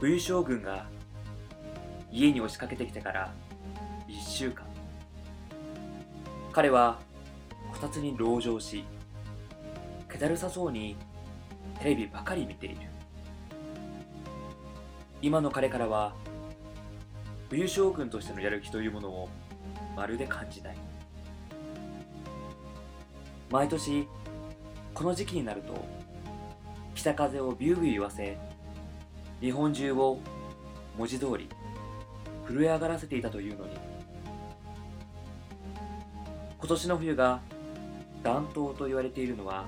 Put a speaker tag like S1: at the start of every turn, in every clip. S1: 冬将軍が家に押しかけてきてから1週間彼はこたつに籠城し気だるさそうにテレビばかり見ている今の彼からは冬将軍としてのやる気というものをまるで感じない毎年この時期になると北風をビュービュー言わせ日本中を文字通り震え上がらせていたというのに今年の冬が暖冬と言われているのは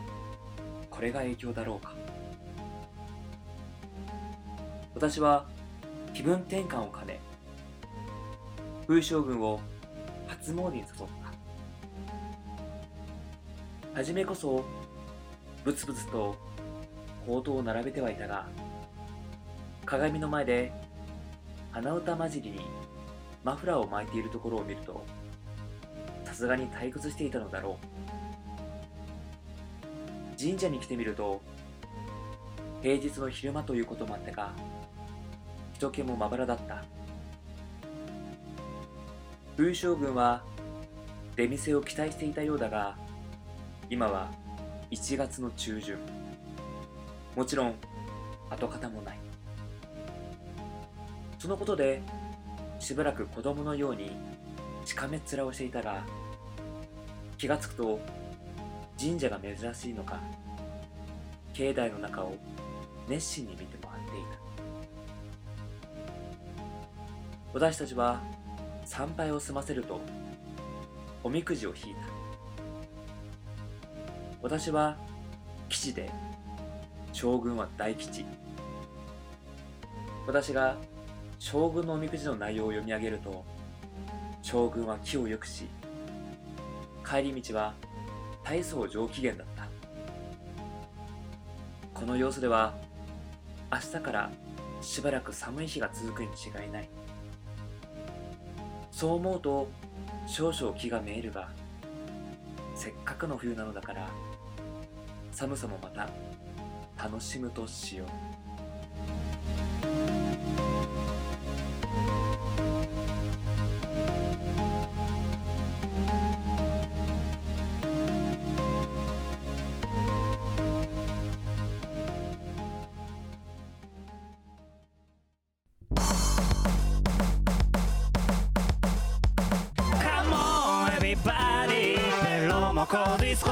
S1: これが影響だろうか私は気分転換を兼ね風将軍を初詣に誘った初めこそブツブツと宝刀を並べてはいたが鏡の前で鼻歌混じりにマフラーを巻いているところを見るとさすがに退屈していたのだろう神社に来てみると平日の昼間ということもあったが人気もまばらだった文将軍は出店を期待していたようだが今は1月の中旬もちろん跡形もないそのことでしばらく子供のようにしかめっ面をしていたが気がつくと神社が珍しいのか境内の中を熱心に見て回っていた私たちは参拝を済ませるとおみくじを引いた私は吉で将軍は大吉私が将軍のおみくじの内容を読み上げると将軍は気を良くし帰り道は大層上機嫌だったこの様子では明日からしばらく寒い日が続くに違いないそう思うと少々気がめいるがせっかくの冬なのだから寒さもまた楽しむとしよう。
S2: everybody, Pelomoco Disco.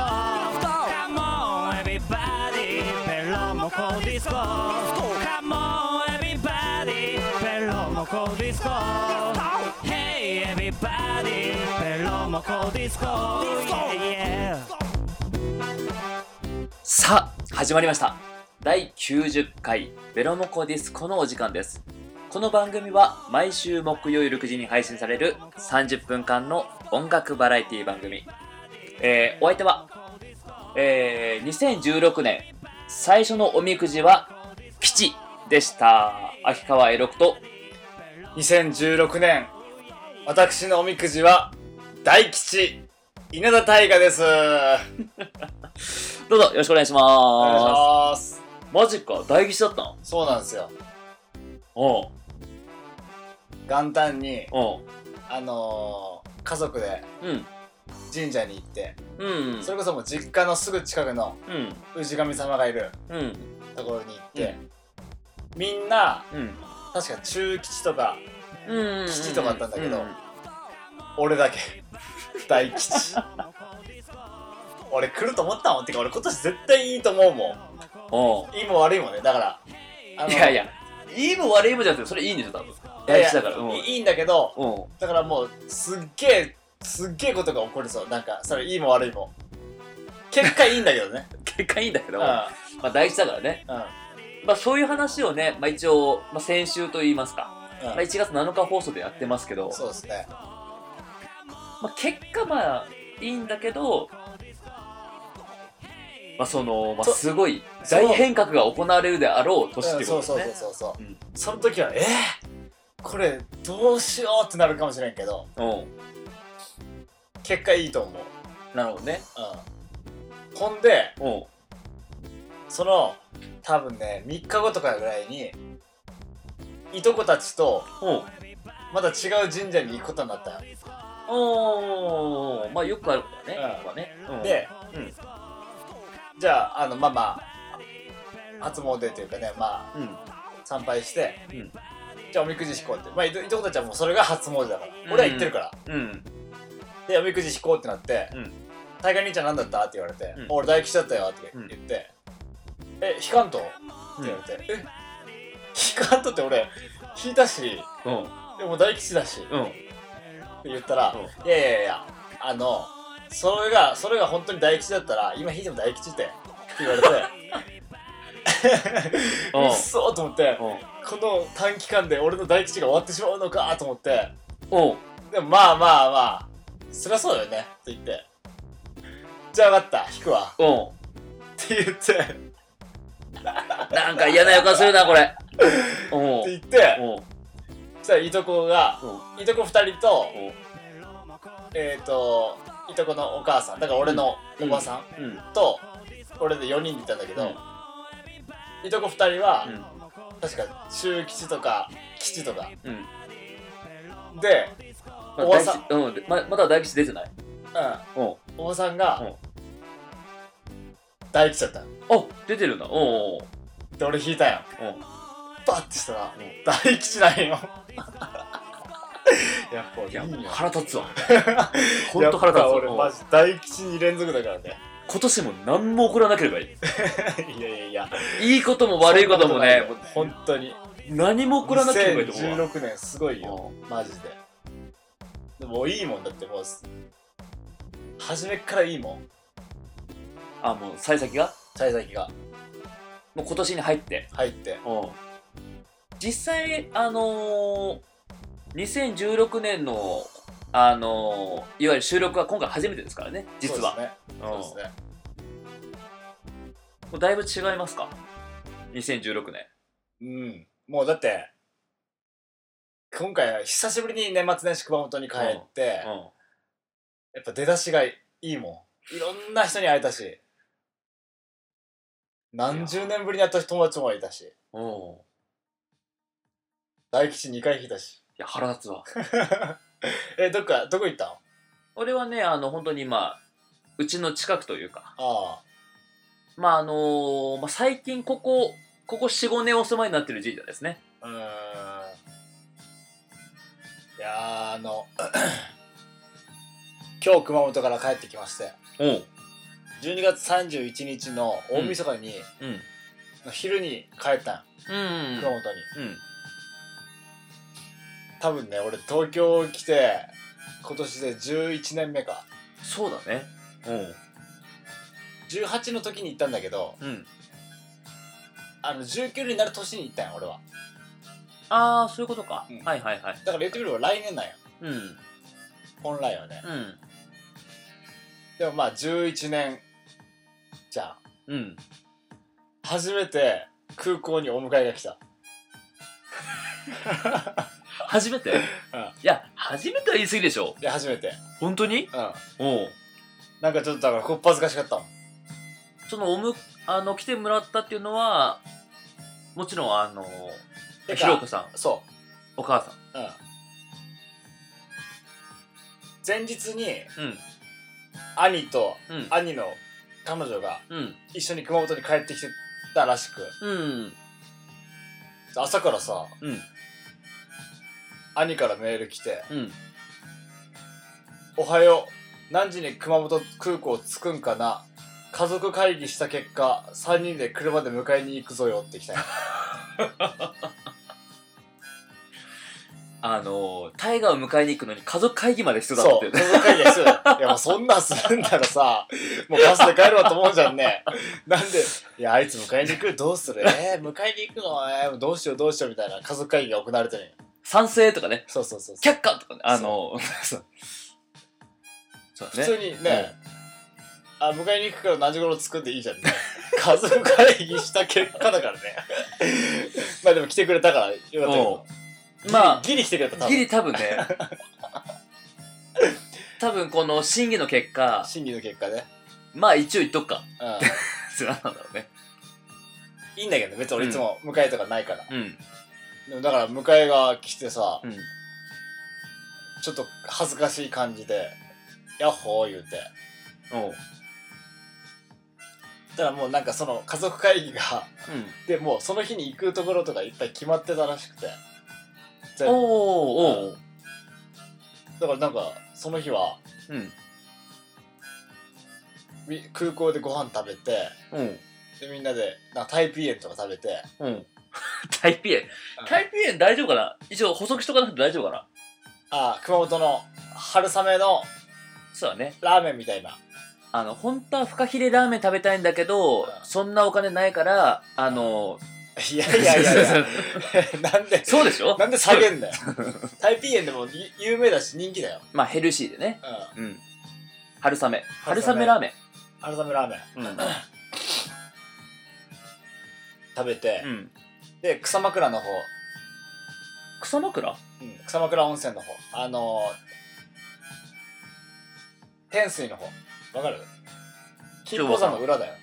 S2: Come on, everybody, Pelomoco Disco. Come on, everybody, Pelomoco Disco. Hey, everybody, Pelomoco Disco. Yeah, yeah.
S1: さあ始まりました第90回ベロモコディスコのお時間ですこの番組は毎週木曜夜9時に配信される30分間の音楽バラエティ番組、えーお相手は、えー2016年最初のおみくじは吉でした秋川エロクと
S3: 2016年私のおみくじは大吉稲田大我です
S1: どうぞよろしくお願いし
S3: お願いし
S1: ま
S3: ます
S1: すマジか大吉だったの
S3: そうなんですよ
S1: お
S3: 元旦に
S1: うんお
S3: あのー家族で
S1: うん
S3: 神社に行って
S1: うん
S3: それこそもう実家のすぐ近くの
S1: うん
S3: 氏神様がいる
S1: うん
S3: ところに行って、みんな
S1: うん
S3: 確か中吉とか
S1: うん
S3: 吉とかあったんだけど
S1: う
S3: 俺だけ大吉俺来ると思ったもんってか俺今年絶対いいと思うも
S1: おうん
S3: いいも悪いもねだからあの
S1: いやいや、いいも悪いもじゃなくて、それいいんでしょ、多分。
S3: いや
S1: 大
S3: いや
S1: 事だから。うん。
S3: いいいんだけど
S1: うん
S3: だからもうすっげえすっげえことが起こりそうなんかそれいいも悪いも結果いいんだけど ね
S1: 結果いいんだけ
S3: う
S1: ど、
S3: ん
S1: まあ大事だからね。
S3: うん
S1: まあそういう話をね、まあ一応、まあ先週と言いますか、まあ
S3: うん
S1: 1月7日放送でやってますけど、
S3: そうですね
S1: まあ結果まあいいんだけど、まあその、まあ
S3: そう
S1: すごい
S3: そう
S1: 大変革が行われるであろう年っ
S3: う
S1: て
S3: ん
S1: こ
S3: そ
S1: と
S3: う
S1: です
S3: そう
S1: ね
S3: そう。そうそう
S1: うん
S3: その時はえー、これどうしようってなるかもしれんけど
S1: うん。
S3: 結果いいと思う
S1: なるほどね。
S3: うんほんで
S1: うん。
S3: その多分ね3日後とかぐらいにいとこたちと
S1: うん。
S3: また違う神社に行くことになったよ、
S1: おー、まあよくあることだね。
S3: うん
S1: ここはねうん、
S3: で
S1: うん、
S3: じゃああのまあまあ初詣というかねま
S1: うん、
S3: あ参拝して、
S1: うん
S3: じゃあおみくじ引こうってまあいといとこたちはもうそれが初詣だから、
S1: ん
S3: 俺は行ってるから
S1: うん、
S3: でおみくじ引こうってなって
S1: うん
S3: 「大、河、兄ちゃん何だった?」って言われて「
S1: うん
S3: 俺大吉だったよ」って言って「え引かんと?」って
S1: うん、
S3: 言われて「え引かんと?」って俺引いたし
S1: うん、
S3: でも大吉だし、
S1: うん、
S3: って言ったら
S1: う
S3: 「いやいやいやあのそれがそれが本当に大吉だったら今引いても大吉って」って言われて
S1: うん
S3: うっそーと思って
S1: うん、
S3: この短期間で俺の大吉が終わってしまうのかと思って
S1: おう
S3: でもまあまあまあそりゃそうだよねって言って「じゃあ分かった引くわ」
S1: お
S3: って言ってって
S1: うなんか嫌な予感するな、これ。おう
S3: 言って
S1: おう
S3: そしたらいとこが
S1: おう
S3: いとこ2人と
S1: おう
S3: えっ、といとこのお母さんだから俺のおばさん
S1: うん、
S3: と俺で4人で行ったんだけど、
S1: うん
S3: いとこ2人は、
S1: うん、
S3: 確か中吉とか吉とか
S1: うん。
S3: で、
S1: まあ
S3: おばさん、
S1: 大吉うん、でままだ大吉出てない。おう
S3: うん、おばさんが、
S1: うん
S3: 大吉だったの
S1: あ、出てるんだ。おうおう
S3: で俺引いたよ
S1: おう
S3: バッてしたら、
S1: うん
S3: 大吉なんよ やっぱ
S1: いや、
S3: いいよ
S1: 腹立 つわ。ほんと腹立つ
S3: や
S1: わ
S3: っぱ。俺
S1: おう
S3: マジ大吉2連続だからね
S1: 今年も何も起こらなければい
S3: いやいやいや
S1: い。いいことも悪いこともね、もう
S3: 本当に
S1: 何も起こらなければいいと思うわ。
S3: 2016年すごいよマジででもいいもんだってもう初めっからいいもん
S1: あ、もう、幸先が
S3: 幸先が
S1: もう今年に入って。
S3: 入って
S1: 実際、あのー、2016年の、あのー、いわゆる収録は今回初めてですからね、実は。
S3: そうですねそうですね
S1: うんもうだいぶ違いますか ?2016 年。
S3: うんもうだって今回は久しぶりに年末年始熊本に帰ってや
S1: うん
S3: っぱ出だしがいいもんいろんな人に会えたし何十年ぶりに会った友達もいたし
S1: うん。い
S3: 大吉2回引いたし
S1: や、腹立つわ。
S3: えどっかどこ行ったの
S1: 俺はね、あの、本当にまあ、うちの近くというか、
S3: あ
S1: まあ、あのーまあ、最近ここ、ここ4、5年お住まいになってる神社ですね。
S3: あうーんいやーあの 今日熊本から帰ってきまして
S1: うん。
S3: 12月31日の大晦日に、
S1: うん。
S3: の昼に帰ったんよ
S1: うん。
S3: 熊本に、
S1: うん。
S3: 多分ね俺東京来て今年で11年目か
S1: そうだね。
S3: 18の時に行ったんだけど
S1: うん。うん。
S3: あの19になる年に行ったんよ俺は
S1: ああ、そういうことか。
S3: うん
S1: はいはいはい。
S3: だから言ってみれば来年なんよ
S1: うん。
S3: 本来はね
S1: うん。
S3: でもまあ11年じゃん
S1: うん。
S3: 初めて空港にお迎えが来た
S1: 初めて、 いや、初めては言い過ぎでしょ。
S3: で初めて
S1: 本当に
S3: うん
S1: お
S3: なんかちょっとだからこっぱずかしかったもん
S1: そのおむ、あの、来てもらったっていうのは、もちろん、あの、
S3: てか
S1: ひろこさん、
S3: そ
S1: お母さん。
S3: ううん前日に
S1: うん。
S3: 兄と
S1: うん。
S3: 兄の彼女が
S1: うん。
S3: 一緒に熊本に帰ってきてたらしく
S1: うん。
S3: 朝からさ
S1: うん。
S3: 兄からメール来て
S1: うん。
S3: 「おはよう何時に熊本空港着くんかな家族会議した結果3人で車で迎えに行くぞよ」っ て来たよ
S1: あの、タイガーを迎えに行くのに家族会議まで必要だったっ
S3: そ
S1: ていううね。
S3: 家族会議はするいやもうそんなんするんならさもうバスで帰ろうと思うじゃんねなんで「いやあいつ迎えに行くどうするえー、迎えに行くのえー、どうしようどうしよう」みたいな家族会議が行われてるんよ
S1: 賛成とかね、
S3: そうそうそうそう
S1: 却下とかね、あの、そうそうだ
S3: 普
S1: ね。
S3: 通にね、あ迎えに行くから何時頃着くんでいいじゃんね家族会議した結果 だからねまあでも来てくれたからよかったけど
S1: まあ、
S3: ギリギリ来てくれた多
S1: ギ
S3: 分
S1: リ多 分ね多分この審議の結果
S3: 審議の結果ね、
S1: まあ一応言っとくか
S3: う
S1: そうなんだろうね
S3: ん、いいんだけど別に俺いつも迎えとかないから、
S1: うん
S3: でもだから迎えが来てさ、
S1: うん。
S3: ちょっと恥ずかしい感じで「ヤッホー」言うて
S1: おう。
S3: たらもうなんかその家族会議が でもうその日に行くところとかいっぱい決まってたらしくて
S1: う
S3: 全
S1: ん。
S3: 部
S1: おうおう。
S3: だからなんかその日は
S1: うん。
S3: み空港でご飯食べて
S1: うん。
S3: でみんなでなんかタイピーエンとか食べて
S1: うん。 タイピエン
S3: うん。
S1: タイピエン大丈夫かな一応補足しとかなくて大丈夫かな
S3: あー熊本の春雨の
S1: そうだね。
S3: ラーメンみたいな
S1: あの、本当はフカヒレラーメン食べたいんだけど、
S3: うん
S1: そんなお金ないから、あの、
S3: いやいやいやいや なん で
S1: そうでしょ
S3: なんで下げんだ よタイピーエンでもゆ有名だし人気だよ、
S1: まあヘルシーでね。
S3: うん、
S1: うん。春雨。
S3: 春
S1: 春
S3: 雨
S1: 雨ラーメ
S3: 春雨ラーメン
S1: ン。
S3: 食べて、
S1: うん。
S3: で草枕の方、
S1: 草枕
S3: うん、草枕温泉の方あのー、天水の方わかる金峰山の裏だよ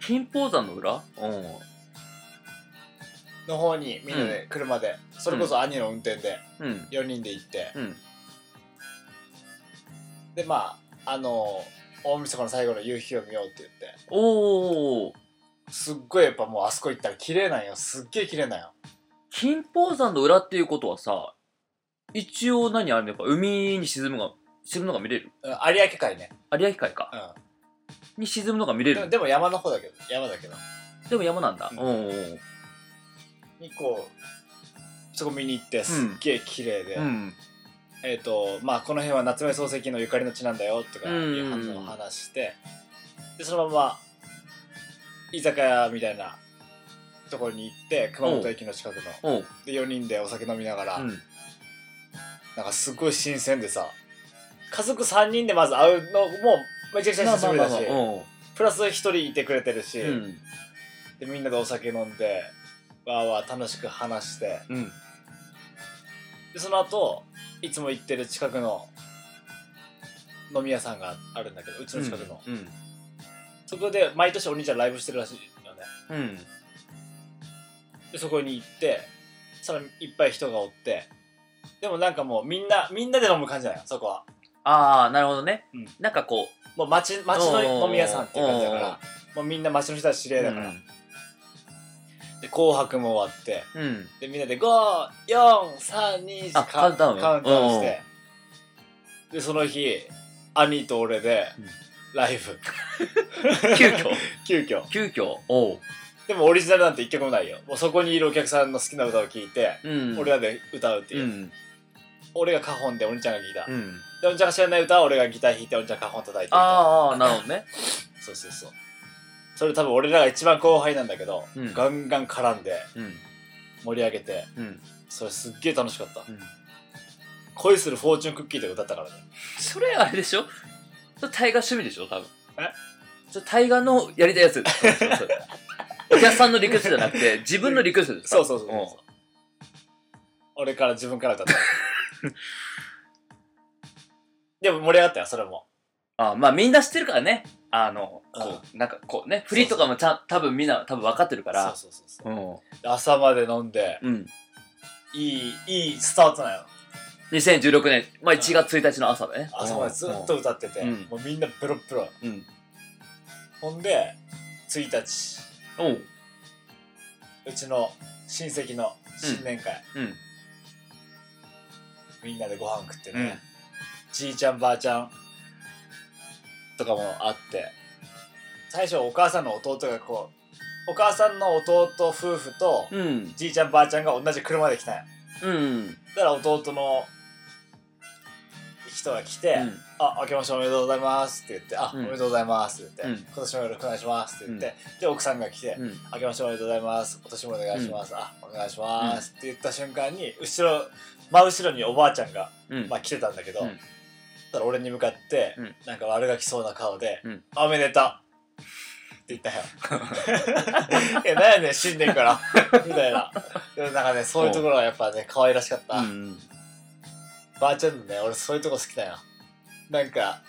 S1: 金峰山の裏うん。
S3: の方にみんなで車で、それこそ兄の運転で
S1: うん。
S3: 4人で行って、
S1: うん。
S3: でまああのー、大晦日の最後の夕日を見ようって言って
S1: おー。
S3: すっごいやっぱもうあそこ行ったら綺麗なんよすっげえ綺麗なんよ
S1: 金峰山の裏っていうことはさ、一応何あれやっぱ海に沈むが、沈むのが見れる
S3: うん有明海ね
S1: 有明海か。に沈むのが見
S3: う
S1: れ
S3: んでも
S1: る。
S3: でも山の方だけど山だけど
S1: でも山なんだ。
S3: うん
S1: おうん。うん。
S3: にこうそこ見に行ってすっげえ綺麗で、
S1: うん。
S3: えっ、とまあこの辺は夏目漱石のゆかりの地なんだよとかいう話を話して、でそのまま居酒屋みたいなところに行って熊本駅の近くの
S1: おう。
S3: で4人でお酒飲みながら、
S1: うん。
S3: なんかすごい新鮮でさ家族3人でまず会うのもめちゃくちゃ久しぶりだし
S1: おう。
S3: プラス1人いてくれてるし、
S1: うん。
S3: でみんなでお酒飲んでわーわー楽しく話して
S1: うん。
S3: でその後いつも行ってる近くの飲み屋さんがあるんだけどうちの近くの、
S1: うん。
S3: そこで毎年お兄ちゃんライブしてるらしいよね
S1: うん。
S3: でそこに行ってさらにいっぱい人がおってでもなんかもうみんなみんなで飲む感じだよそこは
S1: ああ、なるほどね
S3: うん。
S1: なんかこう。
S3: もう町町の飲み屋さんっていう感じだか
S1: おー
S3: らもうみんな町の人は知り合いだから、
S1: うん
S3: で紅白も終わって
S1: うん。
S3: でみんなで54321
S1: あカウントダウンね
S3: カウントダウンしてでその日兄と俺で
S1: うん
S3: ライブ、
S1: 急遽
S3: 急遽
S1: 急遽おう。
S3: でもオリジナルなんて一曲もないよもうそこにいるお客さんの好きな歌を聴いて、
S1: うん。
S3: 俺らで歌うっていう、
S1: うん。
S3: 俺がカホンでお兄ちゃんがギター、
S1: うん。
S3: でお兄ちゃんが知らない歌は俺がギター弾いてお兄ちゃんがカホン叩いてみたいな
S1: ああ、なるほどね。
S3: そうそうそうそれ多分俺らが一番後輩なんだけど、
S1: うん
S3: ガンガン絡んで
S1: うん。
S3: 盛り上げて
S1: うん。
S3: それすっげえ楽しかった
S1: うん。
S3: 「恋するフォーチュンクッキー」とか歌ったからね
S1: それあれでしょそれタイガ趣味でしょ多分
S3: え
S1: それタイガのやりたいや つそうそうそうお客さんのリクエストじゃなくて自分のリクエストです
S3: そうそうそうそう俺から自分か ら歌ったでも盛り上がったよそれも
S1: あまあみんな知ってるからねあのこ
S3: う
S1: うなんかこうね振りとかもちゃん多分みんな多分分かってるか
S3: そう
S1: ら
S3: そうそうそう
S1: うん
S3: 朝まで飲んで
S1: うん
S3: いいいいスタートなの
S1: 2016年、まあ、1月1日の朝だね
S3: 朝までずっと歌ってて、
S1: うん
S3: もうみんなベロッベロ
S1: うんうん
S3: ほんで1日
S1: おう
S3: うちの親戚の新年会、
S1: うん
S3: みんなでご飯食ってね、
S1: うん
S3: じいちゃんばあちゃんとかもあって最初お母さんの弟がこうお母さんの弟夫婦と
S1: うん
S3: じいちゃんばあちゃんが同じ車で来たんや
S1: うん
S3: だから弟の人が来て「あ明けましておめでとうございます」って言って「あ、
S1: うん
S3: おめでとうございます」って言って、
S1: うん
S3: 今年もよろしくお願いします」って言って、で奥さんが来て、
S1: うん
S3: 明けましておめでとうございます。今年もお願いします。あ、お願いします。って言った瞬間に、後ろ、真後ろにおばあちゃんが、
S1: うん
S3: まあ、来てたんだけど、
S1: う
S3: そ
S1: ん
S3: したら俺に向かって、
S1: うん
S3: なんか悪ガキそうな顔で、
S1: うん
S3: あおめでとうって言ったよ。え、なんやねん、 新年から。 みたいな。でもなんかね、そういうところはやっぱね、可愛らしかった。
S1: うん
S3: ばあちゃんのね、俺そういうとこ好きだよ。なんか、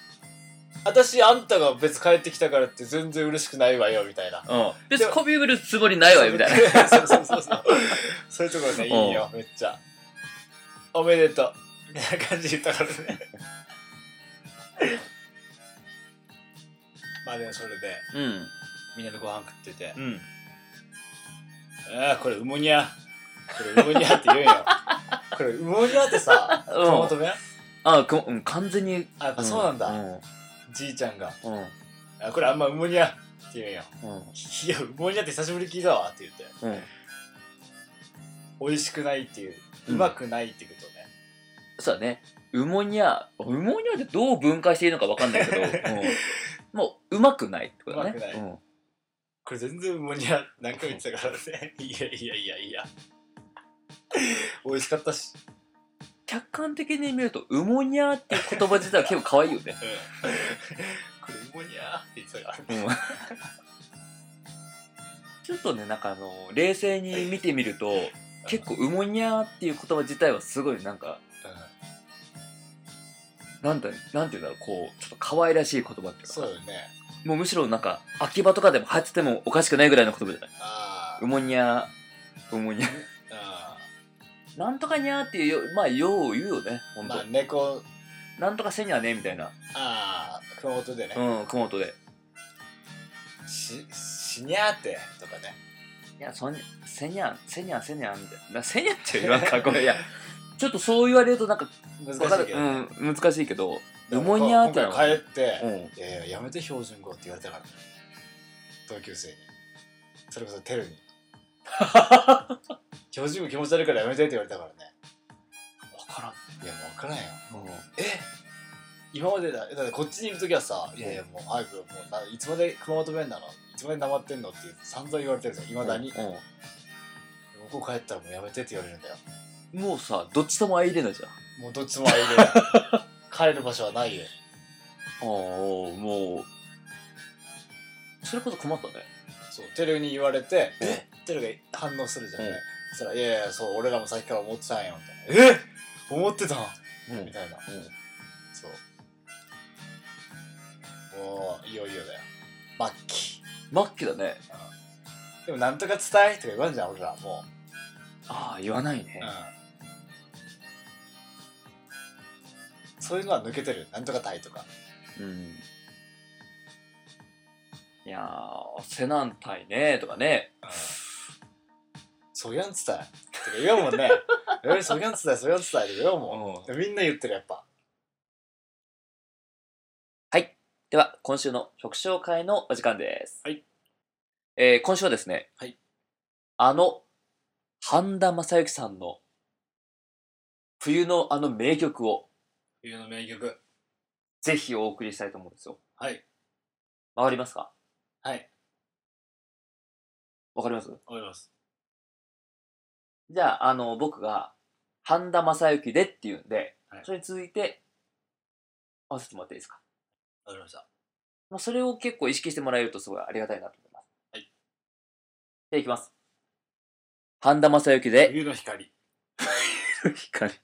S3: 私あんたが別帰ってきたからって全然嬉しくないわよみたいな
S1: うん別に媚び売るつもりないわよみたいな
S3: な。そうそうそうそう。そういうところねいいよめっちゃおめでとうみたいな感じで言ったからね まあでもそれで
S1: うん。
S3: みんなでご飯食ってて
S1: うん。
S3: ああこれうもにゃこれうもにゃって言うん よこれうもにゃってさ
S1: うん
S3: 熊本弁
S1: あ、くうん、完全に。
S3: あやっぱそうなんだ、
S1: うん。
S3: じいちゃんが
S1: うん。
S3: あこれあんまうもにゃって言うんよ
S1: うん。
S3: いやうもにゃって久しぶりに聞いたわって言って
S1: うん。
S3: 美味しくないっていう
S1: うん
S3: うまくないってことね、
S1: そうだね。うもにゃ、うもにゃってどう分解していいのかわかんないけど、うん、もう、うまくないってことだね。
S3: うまくない
S1: うん
S3: これ全然うもにゃ何回も言ってたから ねいやいやいやいや美味しかったし、
S1: 客観的に見ると、うもにゃっていう言葉自体は結構可愛いよね。
S3: うん、これうもにゃって言ってたから
S1: うんちょっとね、なんかあの、冷静に見てみると、結構、うもにゃっていう言葉自体はすごいなんか、
S3: うん
S1: なんだ、なんていうんだろう、こう、ちょっと可愛らしい言葉っていうかさ
S3: そうよね
S1: もうむしろなんか、秋葉とかでも流行っててもおかしくないぐらいの言葉じゃない
S3: あ
S1: うもにゃうもにゃ
S3: ーあ
S1: なんとかにゃーっていうよ、まあ、よう言うよね、ほ
S3: ー
S1: んと。
S3: まあ猫
S1: なんとかせにゃね、みたいな。
S3: ああ熊本でね、
S1: うん、熊本で。
S3: ししにゃーってとかね
S1: いや、そん、せにゃん、せにゃん、せにゃん、みたいな。なせにゃんって言わん か、これ。いや、ちょっとそう言われるとなんか、
S3: 難
S1: わか
S3: しい
S1: る
S3: けど、
S1: う
S3: ね、
S1: ん、難しいけど、
S3: で
S1: うもにゃーって
S3: 今回帰って、
S1: うん。
S3: いやいややめて標準語って言われたからね同級生にそれこそテル に標準語気持ち悪いからやめてって言われたからね
S1: わか
S3: いやもう分からんよ
S1: らん。うん。
S3: え今までだだってこっちにいる時はさ「いやいやもう早くもうないつまで熊本弁なのいつまでなまってんの?」って散々言われてるんですよいまだに、
S1: うん
S3: 向こう帰ったらもうやめてって言われるんだよ
S1: うん。もうさ、どっちとも相入れないじゃん。あ
S3: もうどっちも入れ ない帰る場所はないよ
S1: あ、もう。それこそ困ったね。
S3: そうテルに言われて
S1: うん
S3: えテルが反応するじゃんね、
S1: うん
S3: そしたら「いやいやそう俺らもさっきから思ってたんよ」みたいな「え思ってたん?」
S1: うん。う。
S3: みたいなんそうもういよいよだよ末期
S1: 末期だね。
S3: でもなんとか伝えとか言わんじゃん俺らも
S1: ああ、言わないね
S3: う、。そういうのは抜けてるなんとかたいとか
S1: うんいやー、セナンタイねーとかね。
S3: そぎゃん伝えとか言うもん ねえそぎゃん伝えそぎゃん伝えとか言うもん
S1: は
S3: でみんな言ってるやっぱ
S1: い。では、今週の曲紹介のお時間です。
S3: はい。
S1: えー、今週はですね、
S3: はい。
S1: あの、半田正幸さんの、冬のあの名曲を、
S3: 冬の名曲
S1: ぜひお送りしたいと思うんですよ。
S3: はい
S1: 回りますか
S3: はい
S1: わかります
S3: わかります
S1: じゃあ、あの、僕が、半田正幸でっていうんで、
S3: はい
S1: それに続いて、合わせてもらっていいですか
S3: わかりました
S1: まあ、それを結構意識してもらえるとすごいありがたいなと思います。
S3: はい。
S1: では、いきます。半田正幸で、
S3: 冬の光
S1: 光。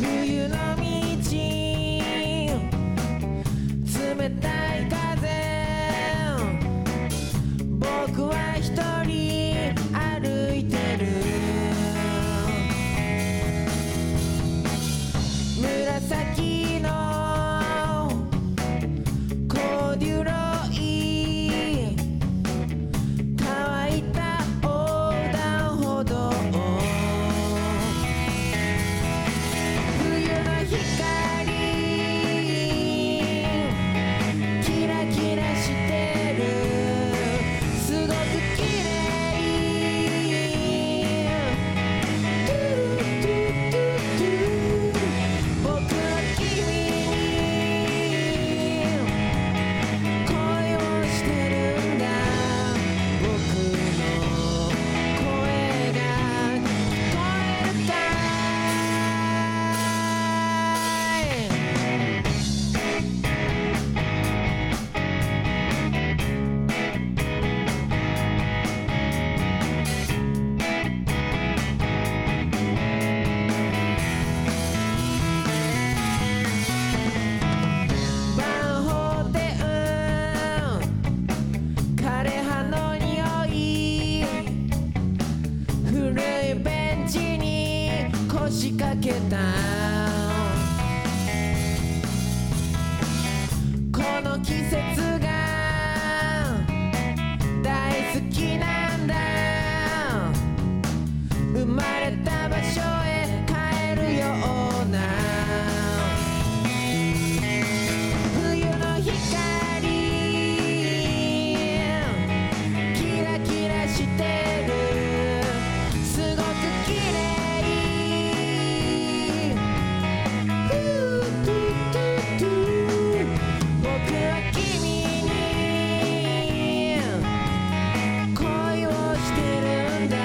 S4: 冬の道冷たい風僕は一人歩いてる紫のコーデュロイ乾いた横断歩道「冬の光」「キラキラしてる」「すごく綺麗仕掛けたこの季節が大好きなんだ生まれた場所へ帰るような冬の光キラキラしてるすごく綺麗トゥトゥトゥトゥ僕は君に恋をしてるんだ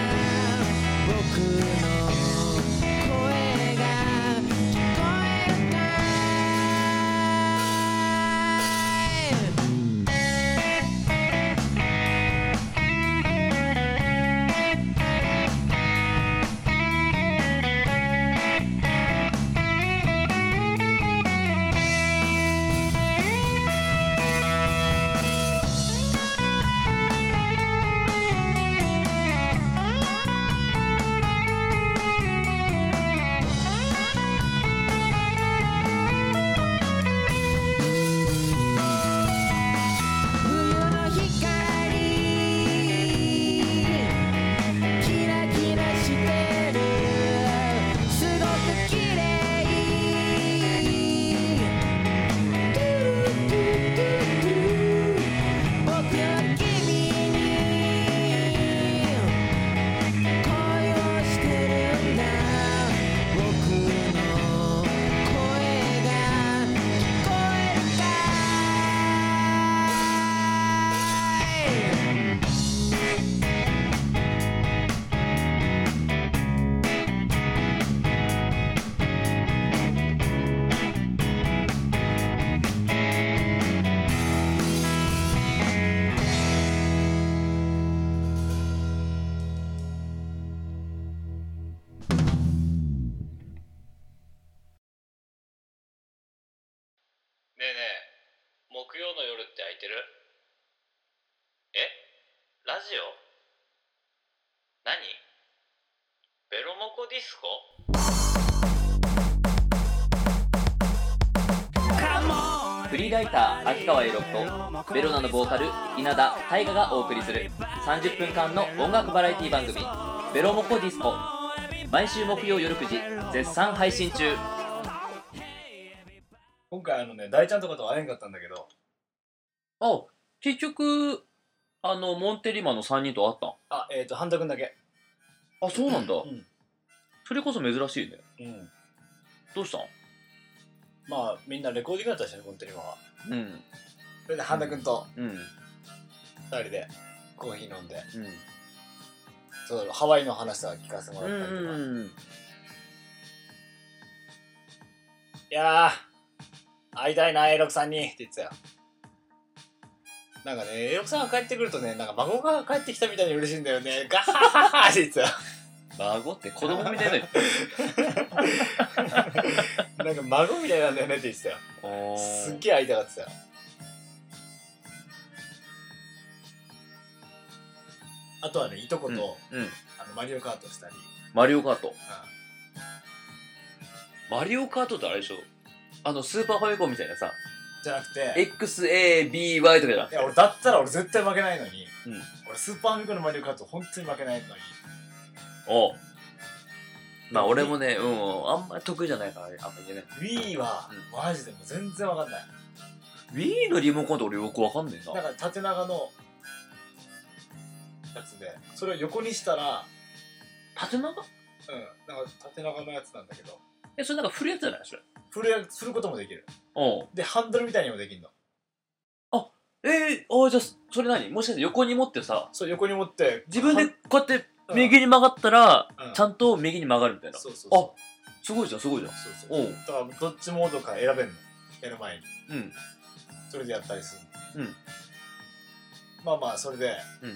S4: 僕の声が聞こえるかい冬の光キラキラしてるすごく綺麗トゥトゥトゥトゥ僕は君に恋をしてるんだ僕の声が聞こえるか
S5: ねえねえ木曜の夜って空いてるえラジオ何ベロモコディスコ
S2: Come on
S1: フリーライター秋川栄六とベロナのボーカル稲田大我がお送りする30分間の音楽バラエティ番組「ベロモコディスコ」毎週木曜夜9時絶賛配信中
S3: 今回あのね大ちゃんとかとは会えんかったんだけど
S1: あ結局あのモンテリマの3人と会っ
S3: あえっ、と半田君だけ
S1: たあそうなんだ、
S3: ん
S1: それこそ珍しいね
S3: うん
S1: どうした
S3: まあみんなレコーディングだったしねモンテリマは
S1: んうん
S3: それで半田君と
S1: うん
S3: 二人でコーヒー飲んで
S1: うん
S3: そうハワイの話とか聞かせても
S1: う
S3: ら
S1: ん
S3: ったりとか、い
S1: うん
S3: やー会いたいな A6 さんにって言ってたよなんかね A6 さんが帰ってくるとねなんか孫が帰ってきたみたいに嬉しいんだよねガハハハって言ってたよ
S1: 孫って子供みたいだ よ
S3: なんか孫みたいなんだよねって言ってたよすっげえ会いたがってたよあとはねいとこと、
S1: うん、うん、
S3: あのマリオカートしたり、
S1: マリオカートマリオカートってあれでしょあのスーパーファミコンみたいなさ
S3: じゃなくて
S1: XABY とかじゃん
S3: いや俺だったら俺絶対負けないのに、
S1: うん
S3: 俺スーパーミコのマリオカート本当に負けないのに
S1: おうまあ俺もねうんあんまり得意じゃないからねあんまり言えない
S3: Wii は
S1: う
S3: マジでもう全然わかんない
S1: Wii のリモコンって俺よくわかんねえな
S3: なんか縦長のやつでそれを横にしたら
S1: 縦長
S3: うんなんか縦長のやつなんだけど
S1: えそれなんか振るやつじゃないそれ
S3: 振るや振ることもできる
S1: おう
S3: でハンドルみたいにもできるの
S1: えー、あじゃあそれ何もしかして横に持ってさ
S3: そう横に持って
S1: 自分で
S3: は
S1: こうやって
S3: うん
S1: 右に曲がったら、
S3: うん
S1: ちゃんと右に曲がるみたいな、
S3: そうそう
S1: あす
S3: そ
S1: ごいじゃんすごいじゃん
S3: うそうそう
S1: おう
S3: だからどっちモードか選べんのやる前に
S1: うん
S3: それでやったりする
S1: う
S3: の
S1: ん
S3: まあまあそれで、
S1: うん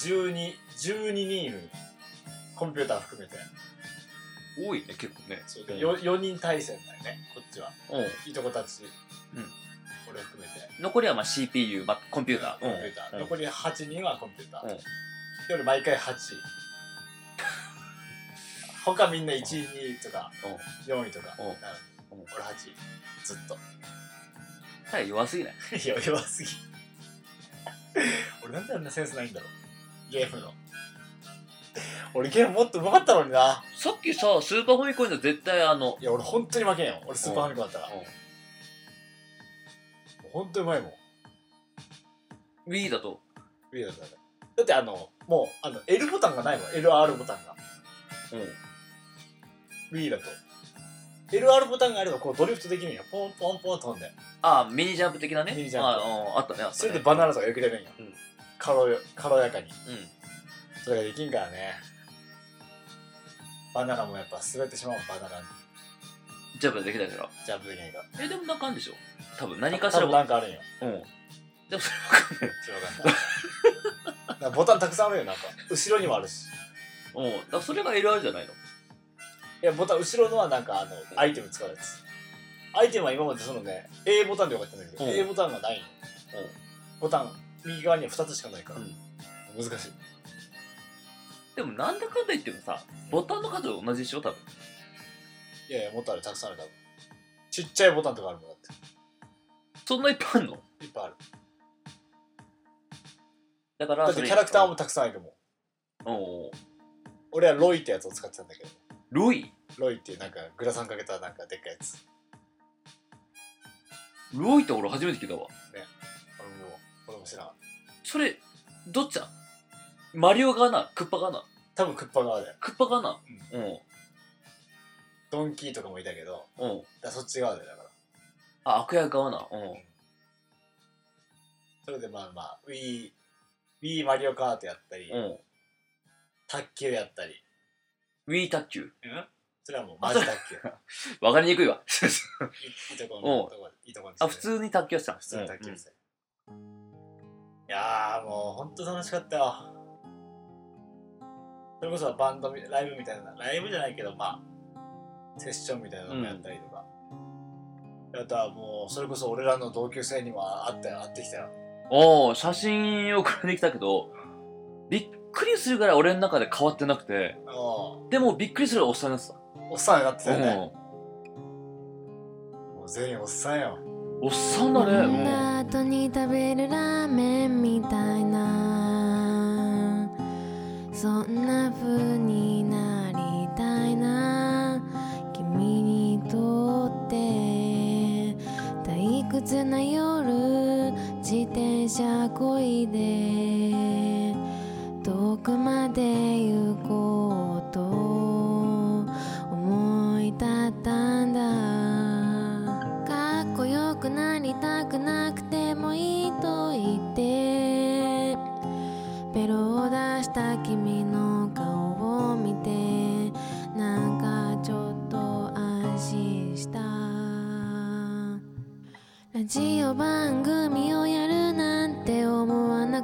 S3: 12 12人いるコンピューター含めて
S1: 多いね結構ね
S3: そうで 4, 四人対戦だよねこっちは
S1: おう
S3: いとこたち、
S1: うん
S3: 俺含めて
S1: 残りはまあ CPU、まあ、コンピューター
S3: コンピューター、
S1: うん
S3: 残り8人はコンピューター、
S1: うん
S3: で俺毎回8 他みんな1位2位とか
S1: うん
S3: 4位とかな
S1: うんう
S3: の
S1: ん
S3: 俺8位ずっと
S1: なんか弱すぎない
S3: いや弱すぎ俺なんであんなセンスないんだろうゲームの俺ゲームもっと上手かったのにな
S1: さっきさスーパーファミコンの絶対あの
S3: いや俺本当に負けんよ俺スーパーファミコンだったら
S1: う
S3: 本当にうまいもん
S1: ん Wii だと
S3: ビデオだねだってあのもうあの L ボタンがないもん LR ボタンが
S1: うん
S3: Wii だと LR ボタンがあればこうドリフトできるんやポンポンポン飛んで
S1: あミニジャンプ的なね
S3: ミニジャンプ
S1: あうんあったねあったね
S3: それでバナナとかよけれるんや、
S1: うん
S3: 軽や軽やかに
S1: うん
S3: それができんからねバナナもやっぱ滑ってしまうもんバナナ
S1: ジャブできないから
S3: ジャンプできないから
S1: えでもなんかあるんでしょ多分何かしら
S3: 多分なんかあるんよ
S1: うんでもそれわかんない
S3: それわか んないなんかボタンたくさんあるよなんか後ろにもあるし
S1: うんだからそれが LR じゃないの
S3: いやボタン後ろのはなんかあのアイテム使うやつアイテムは今までそのね A ボタンでよかったんだけど、
S1: うん
S3: A ボタンがないの
S1: うん
S3: ボタン右側には2つしかないから、
S1: うん
S3: 難しい
S1: でもなんだかんだ言ってもさボタンの数は同じでしょ多分
S3: いやいやもっとあるたくさんある多分ちっちゃいボタンとかあるもんだっ
S1: そんないっぱいあんの
S3: ていっぱいある
S1: だから
S3: だってキャラクターもたくさんいるもん
S1: も
S3: 俺はロイってやつを使ってたんだけど
S1: ロイ
S3: ロイっていうなんかグラサンかけたなんかでっかいやつ
S1: ロイって俺初めて聞いたわ
S3: 俺も俺も知らん
S1: それどっちだマリオ側なクッパ側な
S3: 多分クッパ側だよ
S1: クッパ側なうん
S3: ドンキーとかもいたけどだか
S1: うん
S3: らそっち側だよだから
S1: あ悪役側なうん
S3: それでまあまあ Wii Wii マリオカートやったり、
S1: うん
S3: 卓球やったり
S1: ウィー卓球
S3: それはもうマジ卓球
S1: わかりにくい わ
S3: いいとこのとこいいとこの
S1: あ普通に卓球やってたの
S3: 普通の卓球
S1: うん
S3: ですね、いやーもうほんと楽しかったよそれこそバンドみライブみたいなライブじゃないけどまあセッションみたいなのもやったりとか、あとはもうそれこそ俺らの同級生にも会ったよ会ってきたよ
S1: おー写真送られてきたけどびっくりするぐらい俺の中で変わってなくて
S3: お
S1: でもびっくりするおっさんになって
S3: おっさんになってた
S1: た、
S3: よね、もう全員おっさんよ
S1: うん、おっさんだ
S4: 飲ん
S1: ね
S4: だ後に食べるラーメンみたいなそんな風になりたいな君にとって退屈な夜自転車こいで遠くまで行こうと思い立ったんだかっこよくなりたくなくてもいいと言ってベロを出した君の顔を見てなんかちょっと安心したラジオ番組をやるなんて思わな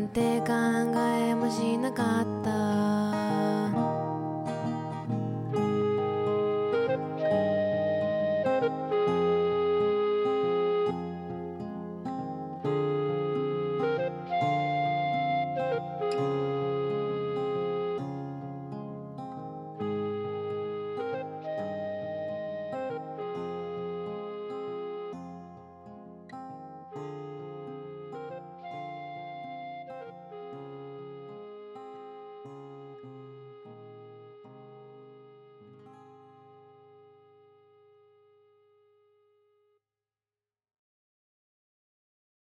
S4: んて考えもしなかった